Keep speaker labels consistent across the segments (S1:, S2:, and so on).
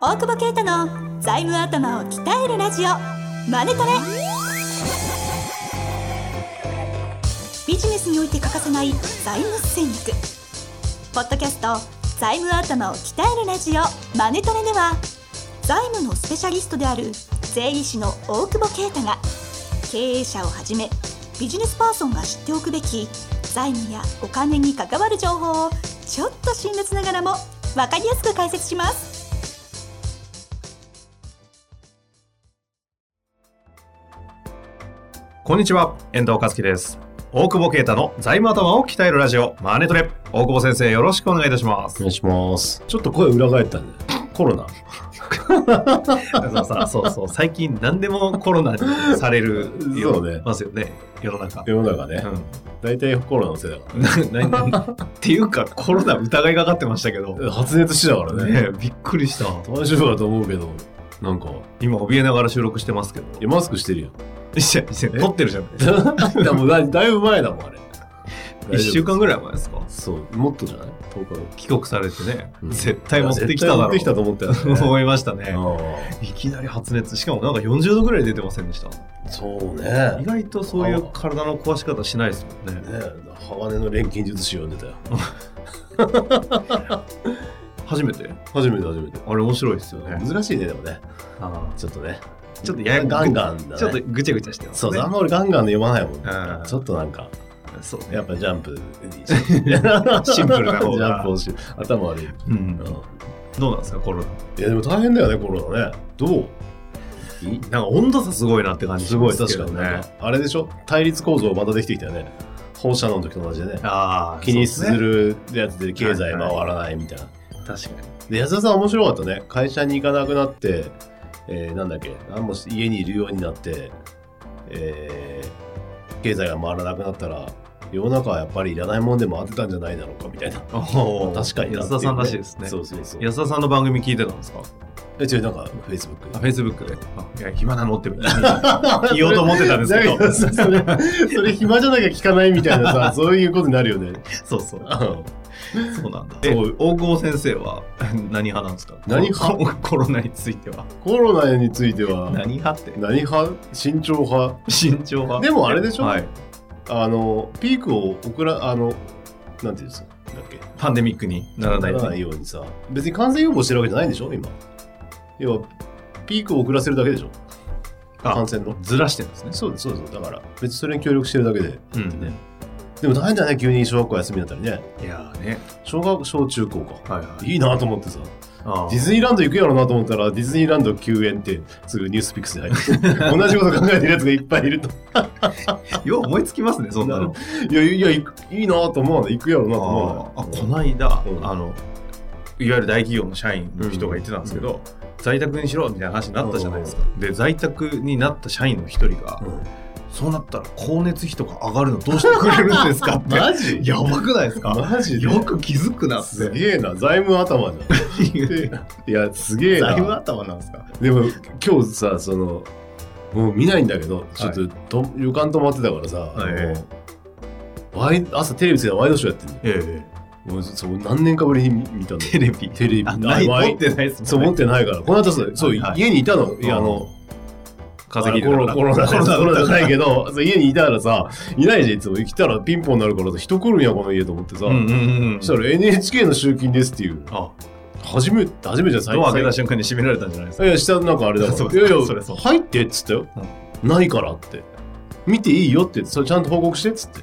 S1: 大久保啓太の財務頭を鍛えるラジオマネトレビジネスにおいて欠かせない財務戦略ポッドキャスト財務頭を鍛えるラジオマネトレでは財務のスペシャリストである税理士の大久保啓太が経営者をはじめビジネスパーソンが知っておくべき財務やお金に関わる情報をちょっと辛辣ながらも分かりやすく解説します
S2: こんにちは、遠藤和樹です。大久保啓太の財務頭を鍛えるラジオ、マネトレ。大久保先生、よろしくお願いいたしま
S3: お
S2: す。
S3: 願いします。ちょっと声裏返ったんだよ。コロナ。
S2: そうさそうそう、最近何でもコロナにされるよ
S3: そうね
S2: ますよね、世の中。
S3: 世の中ね
S2: う。ん
S3: 大体コロナのせいだか
S2: なななっていうか、コロナ疑いがかってましたけど、
S3: ら。発熱してたからね。
S2: ねえ、びっくりした。
S3: 大丈夫だと思うけど、なんか、
S2: 今、怯えながら収録してますけど。
S3: いやマスクしてるよ。
S2: してして撮ってるじゃん。
S3: でも だだいぶ前だもん、あれ。
S2: 1週間ぐ
S3: らい。
S2: らい前ですか
S3: そう、もっとじゃない ?10 日ぐらい
S2: 帰国されてね、
S3: うん
S2: 絶対持ってきただろう。
S3: 絶対持ってきたと思ったよ、ね。
S2: 思いましたね。
S3: あ
S2: いきなり発熱。しかもなんか40度ぐらい出てませんでした。
S3: あそうね。
S2: 意外とそういう体の壊し方しないですもんね。
S3: ね鋼の錬金術師呼んでたよ。
S2: 初めて。
S3: 初めて初めて。
S2: あれ面白いですよね。
S3: 難しいね、でもね。
S2: あ
S3: ちょっとね。
S2: ちょっとややこ
S3: ガンガンだね。
S2: ちょっとぐちゃぐちゃしてます
S3: そう
S2: ね。
S3: そう、あんま俺ガンガンで読まないも
S2: うん
S3: ん。ちょっとなんか、
S2: そうね。
S3: やっぱジャンプでいいシ
S2: ンプルな方が
S3: ジャンプ欲しい。頭悪い。うん
S2: うん。どうなんですか、コロナ。
S3: いや、でも大変だよね、コロナね。どう
S2: なんか温度差すごいなって感じ
S3: すごい、
S2: です
S3: 確
S2: け
S3: か
S2: ど
S3: になんか。あれでしょ対立構造またできてきたよね。放射能の時と同じでね。
S2: ああ、
S3: 気にす
S2: そうで
S3: るやつで経済回らないみたいな。
S2: すね。確かに。
S3: で安田さん面白かったね会社に行かなくなって、えーなんだっけ何もし家にいるようになって、えー経済が回らなくなったら世の中はやっぱりいらないもんで回ってたんじゃないだろうかみたいな
S2: お
S3: 確かになって
S2: 安
S3: いう
S2: 田さ
S3: ね
S2: んらしいですね。
S3: そうそうそう
S2: 安田さんの番組聞いてたんですか
S3: え違うなんかフェイスブック
S2: あ、フェイスブックで。あいや、暇なのって 言おうと思ってたんですけど
S3: だから それそれ暇じゃなきゃ聞かないみたいな さそういうことになるよね
S2: そうそう。そうなんだ。
S3: そ
S2: え
S3: う
S2: 大久保先生は何派なんですか
S3: 何派
S2: コロコロナについては。
S3: コロナについては
S2: 何派って
S3: 何派慎重派
S2: 慎重派。
S3: でもあれでしょ
S2: はい。
S3: あのピークを送らあのなんていうんですかだっけ
S2: パンデミックにならないように
S3: ようにさ別に感染予防してるわけじゃないんでしょ今要はピークを遅らせるだけでしょ
S2: あ
S3: 感染の
S2: ずらしてるんですね。
S3: そうですそうですだから別にそれに協力してるだけで
S2: うんね。
S3: でも大変だね急に小学校休みだったりね
S2: いやーね。
S3: 小学小中高か
S2: はいはい。
S3: いいなと思ってさ
S2: あ
S3: ディズニーランド行くやろなと思ったらディズニーランド休園ってすぐニュースピックスに入って同じこと考えてるやつがいっぱいいると
S2: ーよう思いつきますね、そんなの。
S3: いやいやいいいなと思うの行くやろなと
S2: あ
S3: 思う
S2: あ、こないだ
S3: う、ん
S2: あの、いわゆる大企業の社員の人が言ってたんですけど、在宅にしろみたいな話になったじゃないですか。で、在宅になった社員の一人が、
S3: うん
S2: そうなったら光熱費とか上がるのどうしてくれるんですかっ て。
S3: マジ
S2: やばくないですか
S3: マジで
S2: よく気づくなっ
S3: す
S2: て。
S3: げえな財務頭じゃん いやすげえな
S2: 頭なんですか
S3: でも今日さそのもう見ないんだけどちょっとと、旅館泊まってたからさ、
S2: はい
S3: あのワイ朝テレビつけたらワイドショーやってる
S2: ええ。
S3: のもうそう何年かぶりに見見 たの
S2: テレビ。
S3: テレビ
S2: あ、ない、
S3: ワイ
S2: 持ってないですもんね。
S3: そう持ってないからこの後そうそう、
S2: はい
S3: 家にいたのいやあの
S2: 風邪
S3: あの
S2: ひい
S3: コ
S2: た
S3: ロ
S2: か
S3: コ
S2: ら
S3: ロナコロナコロナじゃないけどそう家にいたらさいないじゃんいつも来たらピンポンになるからさ人来るんやこの家と思ってさ、
S2: うんうんうん。
S3: そしたら NHK の集金ですっていう
S2: あ、
S3: 初めて初めてじゃん
S2: ドア開けた瞬間に閉められたんじゃないですか。
S3: いや、下なんかあれだ か
S2: そう
S3: ら。いやいや、
S2: それそう
S3: 入ってっつったよ。ないからって。見ていいよって、それちゃんと報告してっつって。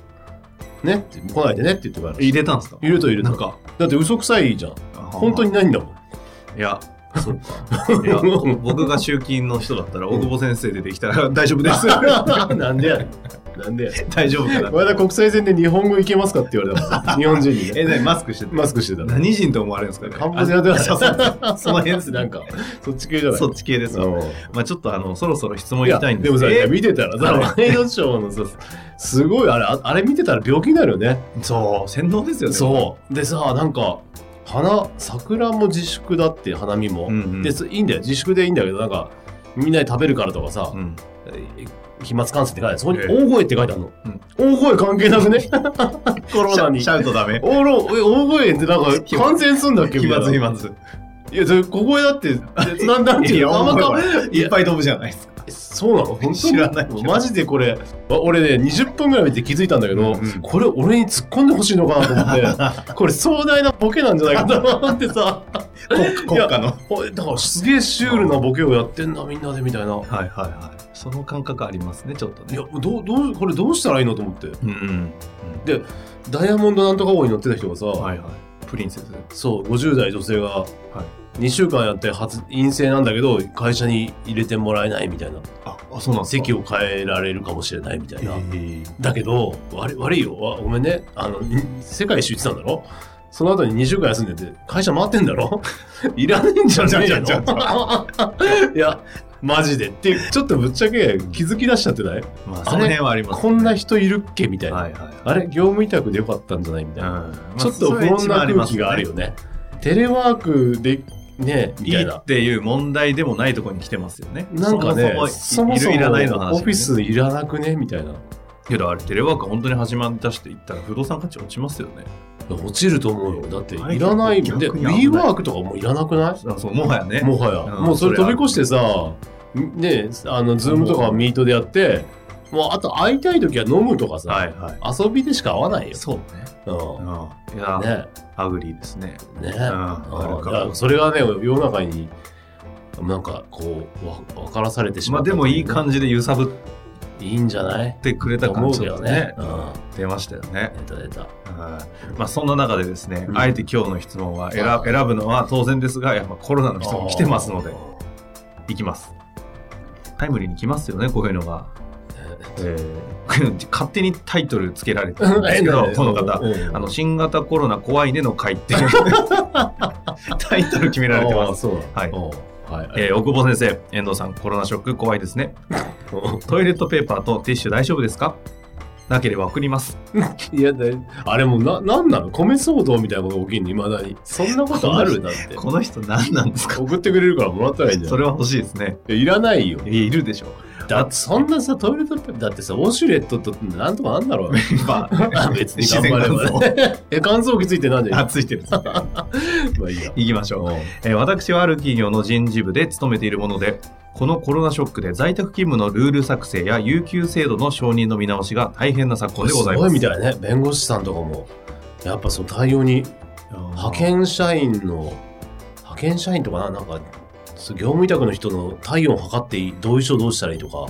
S3: ねって、来ないでねって言ってから。
S2: 入れたんですか
S3: いるといる
S2: な
S3: と
S2: ん。か、
S3: だって嘘くさいじゃん。本当
S2: に。
S3: にないんだもん。
S2: いや、そう か。いや、僕が集金の人だったら、大久保先生出てきたら、 大丈夫です。
S3: なんでやねん。 なんでやねん。
S2: 大丈夫か
S3: こ
S2: な。
S3: の間国際線で日本語いけますかって言われたから。日本人にね。
S2: え、 なにマスクしてて。
S3: マスクしてた。
S2: 何人と思われるんですかね。
S3: カンボジアでは
S2: あ そうそうその辺です。
S3: なんか、そっち系じゃない。
S2: そっち系ですわ。
S3: うん
S2: まあちょっとあの、そろそろ質問行きたいんで
S3: や
S2: す
S3: もさ、いや
S2: け
S3: 見てたらさ、ワイドショーのさ、すごい、あれ、ああれ見てたら病気になるよね。
S2: ど、そう、洗脳ですよね。
S3: そうでさなんか花桜も自粛だって花見も、
S2: うんうん
S3: ですいいんだよ自粛でいいんだけどなんかみんなで食べるからとかさ、
S2: うん。
S3: え飛沫感染って書いてあるそこに
S2: ええ
S3: 大声って書いてあるの、
S2: うん
S3: 大声関係なくねコロナに
S2: シャシャウトダメ。
S3: 大ろえ大声ってなんか感染すんだっけ
S2: 飛
S3: みたい
S2: 沫
S3: な
S2: 飛沫。
S3: いやそれ小声 だって雑談だって
S2: いや
S3: あんまか
S2: お前いっぱい飛ぶじゃないですか。
S3: そうなの 本当
S2: 知らないけど
S3: マジでこれあ俺ね20分ぐらい見て気づいたんだけど、
S2: うんうん
S3: これ俺に突っ込んでほしいのかなと思 ってこれ壮大なボケなんじゃないかと 思ってさ
S2: 国
S3: 国家
S2: の。
S3: おいだからすげえシュールなボケをやってんなみんなでみたいな
S2: はいはいはい。その感覚ありますね、ちょっと
S3: い
S2: ね
S3: や。どうどうこれどうしたらいいのと思って
S2: うんうん。
S3: ダイヤモンドなんとか号に乗ってた人がさ、
S2: はいはい。プリンセス。
S3: そう50代女性が
S2: は
S3: 2週間やって発陰性なんだけど会社に入れてもらえないみたいな
S2: あ、あそうなんです
S3: 席を変えられるかもしれないみたいな、
S2: え
S3: だけど悪い悪いよわごめんねあのに世界一周行ってたんだろその後に2週間休んでて会社回ってんだろ いらねえんじゃねえ
S2: じゃ
S3: の いやマジでってちょっとぶっちゃけ気づき出しちゃってない
S2: まあ、その辺はあります、
S3: こんな人いるっけみたいな、
S2: はいはい。
S3: あれ業務委託でよかったんじゃないみたいな、ちょっと不
S2: 問
S3: 穏な空気があるよね。テレワークでねみ
S2: い
S3: たい
S2: い
S3: な
S2: っ。ていう問題でもないところに来てますよね。
S3: なんかね、
S2: そもそもいいるいらないの話、ね。
S3: オフィスいらなくねみたいな。
S2: けどあれテレワーク本当に始まりだしていったら不動産価値落ちますよね。
S3: 落ちると思うよ。だって
S2: あれ
S3: いらない。で、
S2: 逆に危ない
S3: WeWork ワークとかもういらなくな
S2: あそうもはやね。
S3: いもはや。
S2: うん
S3: もうそれ
S2: それ
S3: 飛び越してさ、ね、あの、ズームとかミートでやって、もうあと会いたい時は飲むとかさ、
S2: はいは
S3: 遊びでしか会わない
S2: い。
S3: よ。
S2: そうね。
S3: う
S2: いや、
S3: ん。ね。
S2: アグリーですね。
S3: ね。
S2: あるか
S3: いやそれがね世の中になんかこうわ分からされてし
S2: ま
S3: ま
S2: あ
S3: った
S2: でもいい
S3: じ
S2: 感じで揺さぶ
S3: いいんじゃない
S2: ってくれ
S3: と
S2: た
S3: 思
S2: 感
S3: う
S2: じ
S3: け
S2: が
S3: ど
S2: ね
S3: ね、うん、
S2: 出ましたよね。
S3: 出た出た
S2: はいまあそんな中でですね、
S3: うん
S2: あえて今日の質問は選
S3: はい
S2: 選ぶのは当然ですが、やっぱコロナの人も来てますので、いきます。タイムリーに来ますよね、こういうのが。えー勝手にタイトルつけられてるんですけど、この方。あの新型コロナ怖いねの回っていう タイトル決め
S3: 見
S2: られてます。
S3: そう
S2: はい
S3: はい
S2: えー大久保先生、遠藤さん、コロナショック怖いですね。トイレットペーパーとティッシュ大丈夫ですかなければ送ります。
S3: いやだいあれもうななんなの米騒動みたいなことが起きんのいまだにそんなことあるだって
S2: この人何なんですか
S3: 送ってくれるからもらったらいいんじゃ
S2: そ
S3: ない
S2: れは欲しいですね。
S3: いやいらないよ
S2: いやいるで しょ。
S3: だってそんなさトイレットペーパーだってさウォシュレットとなんとかなん だろうね
S2: ま
S3: あ
S2: あ、
S3: 別に頑張ればね。 え、乾燥機ついてなんで。
S2: あついてるついてる。
S3: まあいいや。
S2: 行き ましょう。えー私はある企業の人事部で勤めているものでこのコロナショックで在宅勤務のルール作成や有給制度の承認の見直しが大変な昨今
S3: これ
S2: ですござい
S3: ご
S2: ま
S3: い
S2: す
S3: みたいね。弁護士さんとかも、やっぱその対応に、派遣社員の、派遣社員とかな、なんか、そう業務委託の人の体温測っていい、同意書どうしたらいいとか、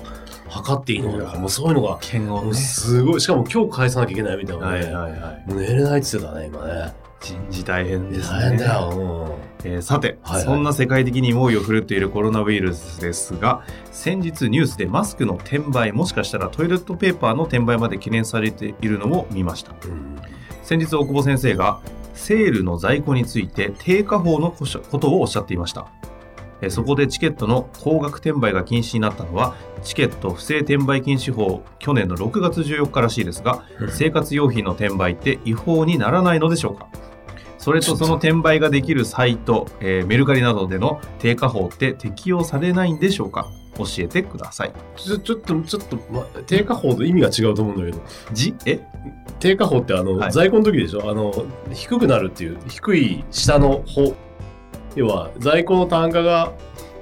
S3: 測っていいのかとか、もうそういうのが、
S2: 見を
S3: もう
S2: ね
S3: すごい。しかも今日返さなきゃいけないみたいな
S2: は
S3: ね。
S2: いはいはい
S3: もう寝れないって言ってたね、今ね。
S2: 人事大変ですね
S3: 大変だよ。うん
S2: えーさて、
S3: はいはい
S2: そんな世界的に猛威を振るっているコロナウイルスですが先日ニュースでマスクの転売もしかしたらトイレットペーパーの転売まで懸念されているのも見ました
S3: うん。
S2: 先日大久保先生がセールの在庫について定価法のこしことをおっしゃっていましたえーそこでチケットの高額転売が禁止になったのはチケット不正転売禁止法去年の6月14日らしいですが生活用品の転売って違法にならないのでしょうかそれとその転売ができるサイト、えーメルカリなどでの定価法って適用されないんでしょうか教えてください
S3: ちょちょっと、ちょっと、ま、定価法と意味が違うと思うんだけど。
S2: じえ
S3: 低下法ってあの、
S2: はい
S3: 在庫の時でしょあの低くなるっていう低い下の法要は在庫の単価が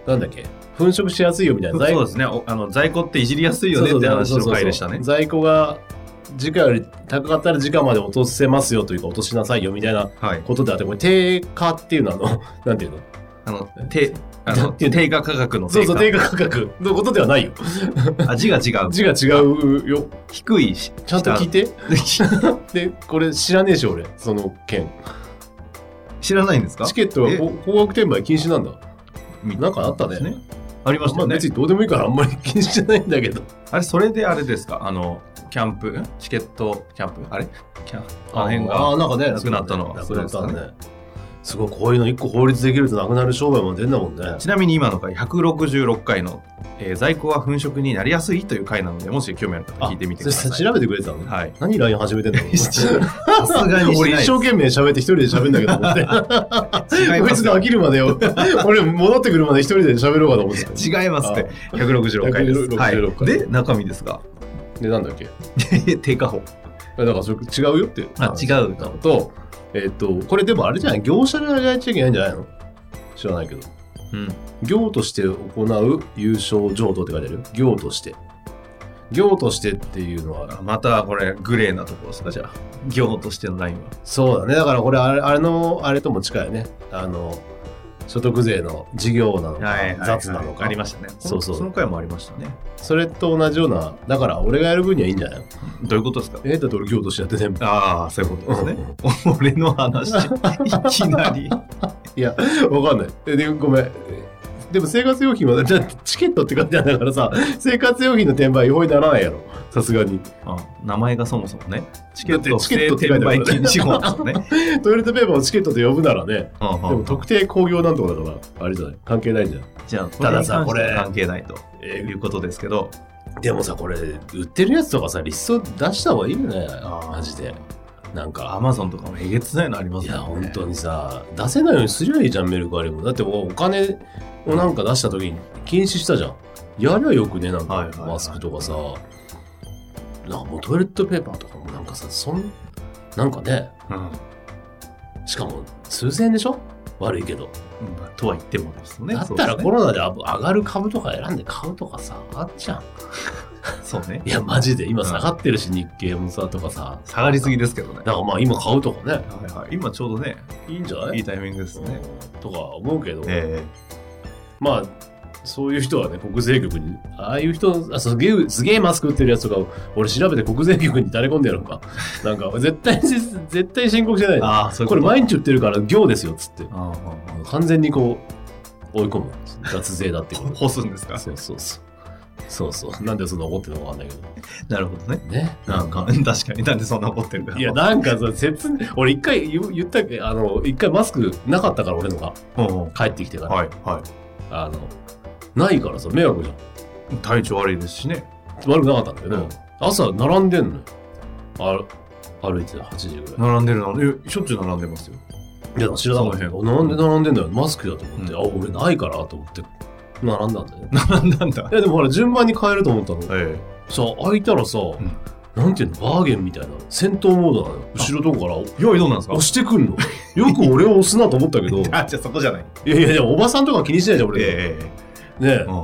S3: なんだっけ粉飾しやすいよみたいな在
S2: そう
S3: 庫
S2: ですねおあの在庫っていじりやすいよねって話の回でしたね
S3: 在庫が時価より高かったら時価まで落とせますよというか落としなさいよみたいな
S2: はい
S3: ことであってこれ低下っていうのはあの なんていうの
S2: あの、て、あ
S3: だ
S2: の、
S3: ってね
S2: 定価価格の
S3: そ
S2: 定
S3: うそ
S2: 価。
S3: う低価価格のことではないよ
S2: あ、字が違う。
S3: 字が違うよ
S2: 低いし。
S3: ちゃんと聞いてでこれ知らねえし俺その件
S2: 知らないんですか
S3: チケットは
S2: え
S3: こ高額転売禁止なんだなんかあったね。
S2: ありました
S3: まあ
S2: よね
S3: 別。にどうでもいいからあんまり気にしてないんだけど。
S2: あれ、それであれですかあの、キャンプ、んチケット、キャンプ、あれキャンあの辺
S3: あ
S2: が。
S3: ーなんかね、
S2: なくなったのは
S3: そうだねなく
S2: そ
S3: な
S2: う
S3: っ
S2: で
S3: た
S2: す
S3: ね。すごい、こういうの一個法律できるとなくなる商売も出んだもんね。
S2: ちなみに今の回、166回の、えー在庫は粉飾になりやすいという回なので、もし興味ある方聞いてみてくだ
S3: あそ
S2: さ
S3: れ
S2: い。
S3: 調べてくれてたの
S2: はい。
S3: 何 LINE 始めてんの
S2: さすがにし
S3: 俺
S2: ない
S3: 一生懸命喋って一人で喋んだけど思 って。
S2: 違い
S3: こい
S2: ま
S3: つ
S2: す
S3: の飽きるまで よ。俺戻ってくるまで一人で喋ろうかと思ってた。
S2: 違いますって。166回です。
S3: 166
S2: はい。
S3: 回
S2: で、中身ですが、
S3: あで、なんだっけ
S2: 定価法。
S3: だからそれ違うよって。
S2: あ、違う
S3: なのと、えっと、これでもあれじゃない業者でやっちゃいけないんじゃないの知らないけど
S2: うん。
S3: 行として行う優勝譲渡って書いてあるよ行として行としてっていうのは
S2: あまたこれグレーなところですかじゃあ行としてのラインは
S3: そうだねだからこれあれあれのあれとも近いよねあの所得税の事業なのか、雑なのか
S2: ありましたね
S3: そうそう
S2: その回もありましたね
S3: それと同じようなだから俺がやる分にはいいんじゃない
S2: どういうことですか
S3: えだって俺行としてやって全部
S2: ああそういうことですね 俺の話いきな り
S3: いや、 わかんない。えで、ごめん。えでも生活用品は、だってチケットって書いてあるんだからさ、生活用品の転売違法にならないやろ。さすがに。
S2: あ名前がそもそもねチケット
S3: だ
S2: 不
S3: ってチケッ
S2: 正
S3: トって
S2: 転
S3: 書いてあ
S2: 売
S3: る
S2: 禁止法ですよね
S3: トイレットペーパーをチケットと呼ぶならね、
S2: うんうんうん
S3: でも特定工業なんとかだから、あれじゃない。関係ないじゃん。
S2: じゃあこれ
S3: た
S2: に
S3: だ
S2: 関して
S3: さ
S2: は
S3: これ
S2: 関係ないと
S3: え
S2: いうことですけど
S3: でもさ、これ、売ってるやつとかさ、リスト出した方がいいよね。
S2: あー
S3: マジで。なん
S2: ア
S3: か。
S2: マゾンとかもえげつないのあります
S3: い
S2: よね
S3: や、本当にさ、出せないようにすりゃいいじゃん、メルカリも。だっておお金をなんか出した時に禁止したじゃん。やりゃよくね、な
S2: は
S3: ん
S2: い
S3: か
S2: はいはい
S3: マスクとかさ。なんかもうトイレットペーパーとかもなんかさ、そん、なんかね、
S2: うん
S3: しかも数千円でしょ悪いけど。
S2: うんまあとは言ってもですよね
S3: だったらコロナであぶ上がる株とか選んで買うとかさ、あっちゃん。
S2: そうですねそうね
S3: いや、マジで。今
S2: うん
S3: 下がってるし、日経もさ、とかさ。
S2: 下がりすぎですけどね
S3: だ
S2: は
S3: からまあ今買うとかね。
S2: いはい今ちょうどね
S3: いいんじゃない
S2: いいタイミングですね
S3: うんとか思うけど。
S2: え
S3: まあそういう人はね国税局にああいう人あすげえすげえマスク売ってるやつとかを俺調べて国税局に垂れ込んでやるの かなんか絶対ぜ絶対申告してない
S2: え
S3: の
S2: ああそういう
S3: こ
S2: こ
S3: れ
S2: と
S3: 毎日売ってるから行ですよっつって
S2: あああああ
S3: 完全にこう追い込む脱税だって
S2: あ
S3: こと
S2: 干すんですか
S3: そうそうそうそうそうなんでそんな怒ってるのかわかんないけ
S2: なるほどね
S3: どね
S2: なんか、確かに、なんでそんな怒ってるんだろう
S3: いや、なんかさ説明俺一回言う言ったっけあの一回マスクなかったから俺のが
S2: うんうん
S3: 帰ってきてから、
S2: はい、はい。
S3: あのないからさ迷惑じゃん
S2: 体調悪いですしね。
S3: 悪くなかったんだけど、
S2: うん
S3: 朝並んでんのよあ歩いてた8時ぐらい
S2: 並んでるの、えしょっちゅう並んでます よ。
S3: いや知らなかった
S2: その
S3: なんで並んでんだよマスクだと思って、
S2: うん
S3: あ俺ないからと思って並んだんだよね
S2: 並んだんだ
S3: い。やでもほら順番に変えると思ったの
S2: え
S3: さ開いたらさ、
S2: ん
S3: なんていうのバーゲンみたいな戦闘モードなのよ後ろとこから
S2: え。用意どうなんですか
S3: 押してくんのよく俺を押すなと思ったけど い
S2: あ、じゃあそこじゃない。
S3: やいやいやおばさんとか気にしないじゃん
S2: ええ
S3: 俺、
S2: ええ
S3: ね
S2: ええうん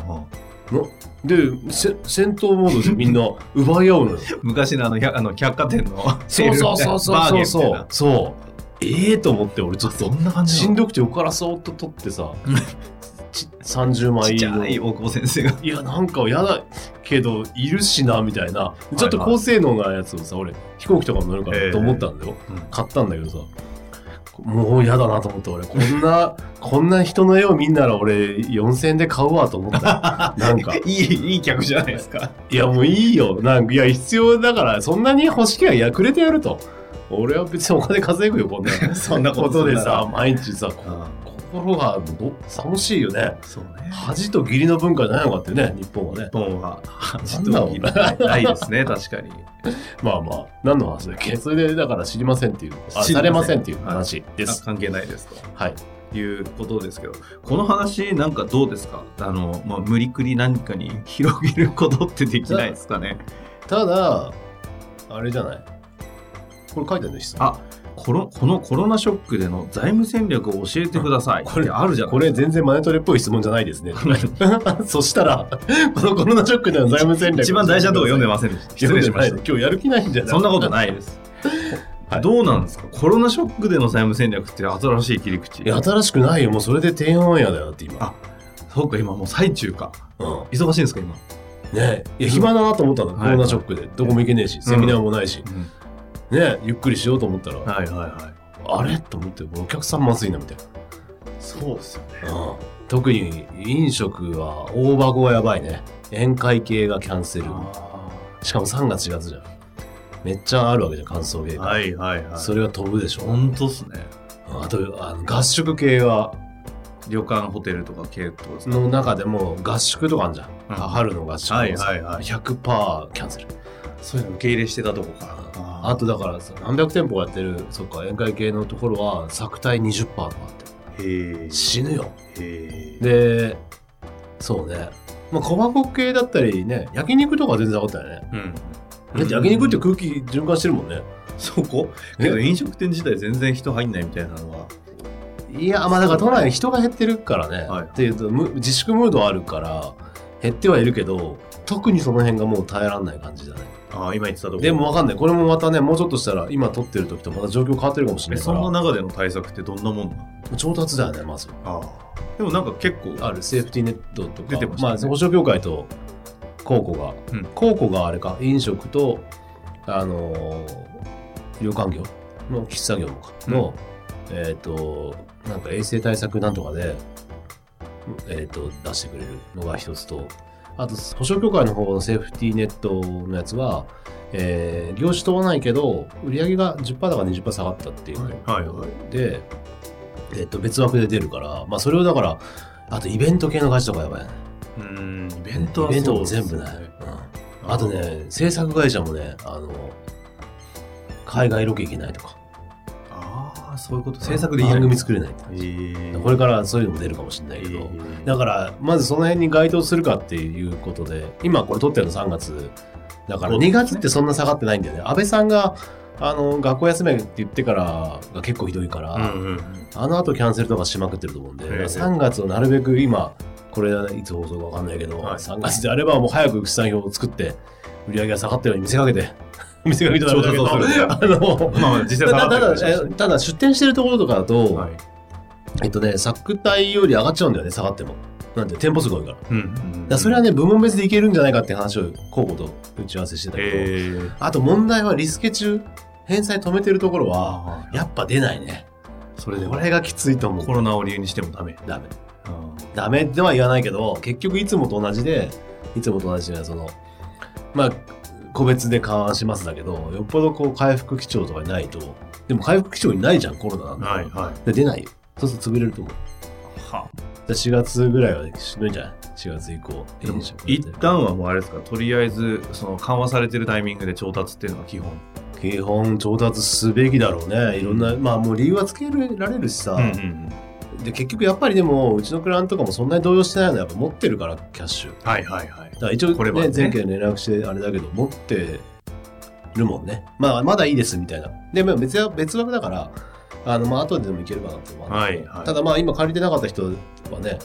S2: うん
S3: でせ戦闘モードでみんな奪い合うのよ
S2: 昔のあのひゃあの百貨店 の
S3: そうそうそうそう
S2: バーゲ
S3: そ
S2: ン
S3: う
S2: みたい
S3: そう
S2: な。
S3: そう。ええと思って俺ちょっ
S2: ど
S3: と
S2: んな感じ
S3: し
S2: なんの
S3: どくてよからそーっと取ってさち30
S2: ち
S3: 枚
S2: っちゃ
S3: の
S2: い
S3: い
S2: 大久保先生が。
S3: やなんか嫌だけどいるしなみたいなちょっと高性能なやつをさ俺飛行機とかも乗るかなと思ったんだよ、
S2: ええうん
S3: 買ったんだけどさもう嫌だなと思って俺こんなこんな人の絵を見んなら俺4000円で買うわと思ったよなんか
S2: いい、いい客じゃないですか。
S3: いやもういいよ。なんかいや必要だからそんなに欲しきゃやくれてやると。俺は別にお金稼ぐよこんな
S2: そんなこ
S3: こととで
S2: そんな
S3: さ毎日さこ
S2: あ
S3: 心がど寂しいよね。
S2: そうね。
S3: 恥と義理の文化じゃないのかってね日本はね
S2: 日。本は恥
S3: なんだ
S2: と
S3: ろう
S2: ないですね、確かに。
S3: まあまあ何の話だっけ。それでだから知りませんっていうあ
S2: 知りません
S3: されませんっていう話で
S2: あ
S3: す。
S2: 関係ないですと。
S3: はい。
S2: いうことですけどこの話なんかどうですかあの、まあ、無理くり何かに広げることってできないですかね
S3: ただあれじゃない。これ書いてあるんです。
S2: あこのこのコロナショックでの財務戦略を教えてください、
S3: こ
S2: っ
S3: れ
S2: てあるじゃない
S3: これ全然マネトレっぽい質問じゃないですね。そしたら、このコロナショックでの財務戦略。
S2: 一番大事なとこ読んでませんでした失礼しました
S3: 今日やる気ないんじゃない
S2: そんなことないです、
S3: はい
S2: どうなんですかコロナショックでの財務戦略って新しい切り口
S3: いや新しくないよもうそれで低温やだよだって今
S2: あそうか今もう最中か
S3: うん
S2: 忙しいんですか今、
S3: ねえいや暇だなと思ったの、
S2: はい
S3: コロナショックでどこも行けねえし、セミナーもないし、ねえゆっくりしようと思ったら、
S2: はいはいはい
S3: あれと思ってもうお客さんまずいなみたい
S2: そうですよね
S3: な、うん、特に飲食は大箱がやばいね宴会系がキャンセルしかも3月4月じゃんめっちゃあるわけじゃん歓送迎会、
S2: はいはいはい
S3: それが飛ぶでしょ、
S2: 本当っすね
S3: あとあの合宿系は
S2: 旅館ホテルとか系統ですね
S3: の中でも合宿とかあるじゃん、
S2: うん
S3: 春の合宿とかさ
S2: はいはいはい
S3: 100%キャンセル
S2: そういうの受け入れしてたとこか
S3: あとだからさ何百店舗やってるそっか宴会系のところは作態20%とかあって
S2: へえ
S3: 死ぬよ
S2: へ
S3: でそうねまあ小箱系だったりね焼肉とかは全然上がったよね
S2: うん
S3: だって焼肉って空気循環してるもんね、
S2: そこけど飲食店自体全然人入んないみたいなのは
S3: いやまあだから都内人が減ってるからね、
S2: はい
S3: っていうとむ自粛ムードあるから減ってはいるけど特にその辺がもう耐えられない感じだね
S2: ああ、今言ってたところ。
S3: でもわかんないこれもまたねもうちょっとしたら今撮ってる時とまた状況変わってるかもしれ
S2: え、
S3: ないか
S2: そ
S3: ら
S2: んな中での対策ってどんなもんなの
S3: 調達だよねまず
S2: ああ。でもなんか結構、
S3: あるセーフティーネットとか
S2: 出てました
S3: ま
S2: ね
S3: あ保証協会と公庫が、
S2: うん
S3: 公庫があれか飲食とあのー旅館業の喫茶業もかの、えっ、となんか衛生対策なんとかで、えっと出してくれるのが一つとあと保証協会の方のセーフティーネットのやつは、えー業種問わないけど売り上げが10%だから20%下がったっていうの
S2: はいはいは
S3: で、えっと別枠で出るから、まあ、それをだからあとイベント系の会社とかやばいよね
S2: うーん、イベ
S3: イ
S2: ントは
S3: ベント
S2: そう
S3: も
S2: ですね
S3: 全部ない、うん、あと。ね制作会社もねあの海外ロケ行けないとか
S2: ああ、そういうこと。制作でいい
S3: 番組作れない
S2: えー、
S3: これからそういうのも出るかもしれないけど、だからまずその辺に該当するかっていうことで今これ撮ってるの3月だから
S2: そうですね
S3: 2月ってそんな下がってないんだよね安倍さんがあの学校休めって言ってからが結構ひどいから、
S2: うんうんうん、
S3: あの後キャンセルとかしまくってると思うんで、
S2: ええ
S3: 3月をなるべく今、これいつ放送か分かんないけど、
S2: はい
S3: 3月であればもう早く資産表を作って、売り上げが下がったように見せか けて、見せかけてたらダメ
S2: 調達をする
S3: だけど、あの、
S2: まあまあ、実際
S3: た
S2: 下が
S3: だた
S2: っ
S3: だ
S2: てる
S3: えただ出店してるところとかだと、
S2: はい。
S3: えっとね、作体より上がっちゃうんだよね、下がっても。なんで、店舗数が多いから。だか
S2: うんうん
S3: らそれはね、部門別でいけるんじゃないかって話を、候補と打ち合わせしてたけど、
S2: えー、
S3: あと問題はリスケ中、返済止めてるところは、
S2: ああ、
S3: やっぱ出ないね。
S2: それで
S3: これがきついと思う
S2: コ。ロナを理由にしてもダメ。
S3: ダメ。ダメでは言わないけど結局いつもと同じでいつもと同じでそのまあ個別で勘案しますだけどよっぽどこう回復基調とかにないとでも回復基調にないじゃんコロナなんて、
S2: はいはい。
S3: で出ないよそうすると潰れると思う
S2: は
S3: で4月ぐらいはねしんどいんじゃない4月以降
S2: でも
S3: 飲食
S2: 一旦はもうあれですか、とりあえずその緩和されてるタイミングで調達っていうのは基本。
S3: 基本調達すべきだろうねいろんなまあもう理由はつけられるしさ、
S2: うんうんうん
S3: で結局やっぱりでもうちのクライアントとかもそんなに動揺してないのやっぱ持ってるからキャッシュ
S2: はいはいはい
S3: だ。から一応、ね
S2: これまでね
S3: 前回連絡してあれだけど持ってるもんね、まあ、まだいいですみたいなでも別は別枠だからあの、まあ後ででもいければなって思う
S2: はいはい
S3: ただまあ今借りてなかった人はね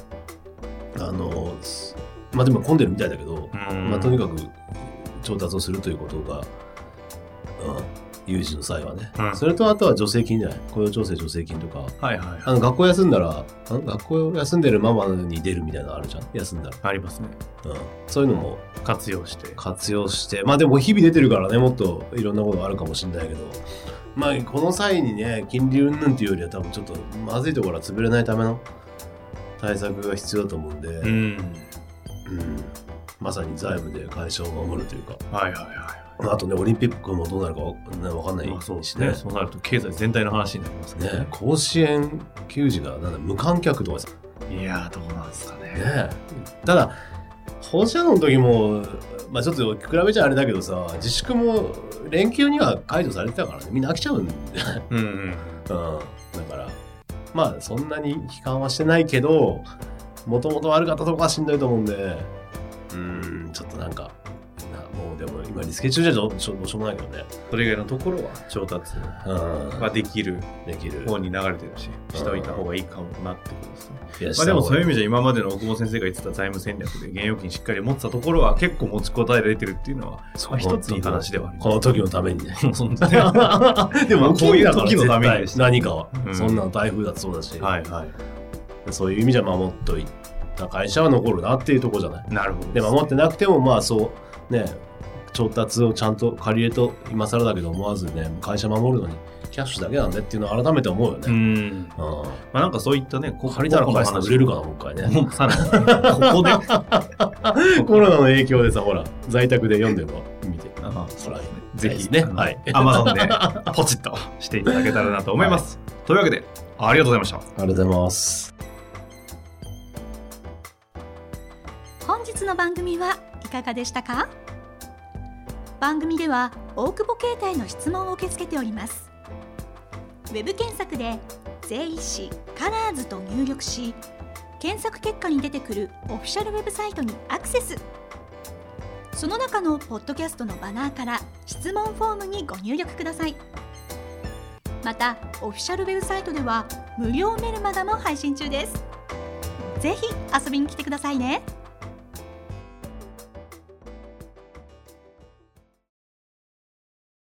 S3: あのすまあでも混んでるみたいだけど、
S2: うん
S3: まあ、とにかく調達をするということが、うん、有事の際はね、
S2: うん
S3: それとあとは助成金じゃない雇用調整助成金とか
S2: はいはいは
S3: あの学校休んだらあの学校休んでるママに出るみたいなのあるじゃん休んだら、
S2: い。ありますね。
S3: うん、そういうのも
S2: 活用して。
S3: 活用してまあでも日々出てるからねもっといろんなことがあるかもしれないけどまあこの際にね金利云々っていうよりは多分ちょっとまずいところは潰れないための対策が必要だと思うんで、う
S2: うんん。
S3: まさに財務で会社を守るというか
S2: はいはいは。
S3: あとねオリンピックもどうなるかわわかんないい
S2: まあそうです
S3: し
S2: ね。そうなると経済全体の話になりますね。
S3: ね甲子園球児がなんだ無観客とかさ
S2: いやーどうなんですかね。
S3: ねただ放射能の時も、まあ、ちょっと比べちゃあれだけどさ自粛も連休には解除されてたからねみんな飽きちゃうんだよ、
S2: うんうん。
S3: うん、だからまあそんなに悲観はしてないけどもともと悪かったとこはしんどいと思うんでうんちょっとなんかなもうでも今リスケ中じゃどうしょどうしようもないけどね、
S2: それ以外のところは調達
S3: う
S2: ができる
S3: ん、できる
S2: 方に流れてるし、しておいた方がいいかもなってことですね。
S3: いや
S2: まあ、でもそういう意
S3: し
S2: 味じゃ今までの大久保先生が言ってた財務戦略で現預金しっかり持ってたところは結構持ちこたえられてるっていうのは
S3: た方
S2: ま
S3: が
S2: あ一ついい話ではあります
S3: この時のためにね
S2: 本当には
S3: で
S2: もこういう時のためにで
S3: 絶
S2: す
S3: 対何かは、
S2: うん
S3: そんなの台風だってそうだし、
S2: いはい
S3: そういう意味じゃ守っといた会社は残るなっていうところじゃない。
S2: なるほど
S3: で守って
S2: な
S3: なくてもまあそうね調達をちゃんと借り入れと今更だけど思わずね会社守るのにキャッシュだけなんでっていうのを改めて思うよ
S2: う
S3: ね。
S2: ん
S3: う
S2: まあなんかそういったねこ
S3: ん、借りたら返すの売れるかなもう一回ね。
S2: もうさらにここ で
S3: コロナの影響でさほら在宅で読んでるの見て。
S2: あ
S3: ほら
S2: ぜひ
S3: ね
S2: あの
S3: はい
S2: Amazon でポチッとしていただけたらなと思い ます、というわけでありがとうございました
S3: ありがとうございます。
S1: 本日の番組はいかがでしたか番組では大久保携帯の質問を受け付けておりますウェブ検索で「税理士カラーズと入力し検索結果に出てくるオフィシャルウェブサイトにアクセスその中のポッドキャストのバナーから質問フォームにご入力くださいまたオフィシャルウェブサイトでは無料メルマガも配信中ですぜひ遊びに来てくださいね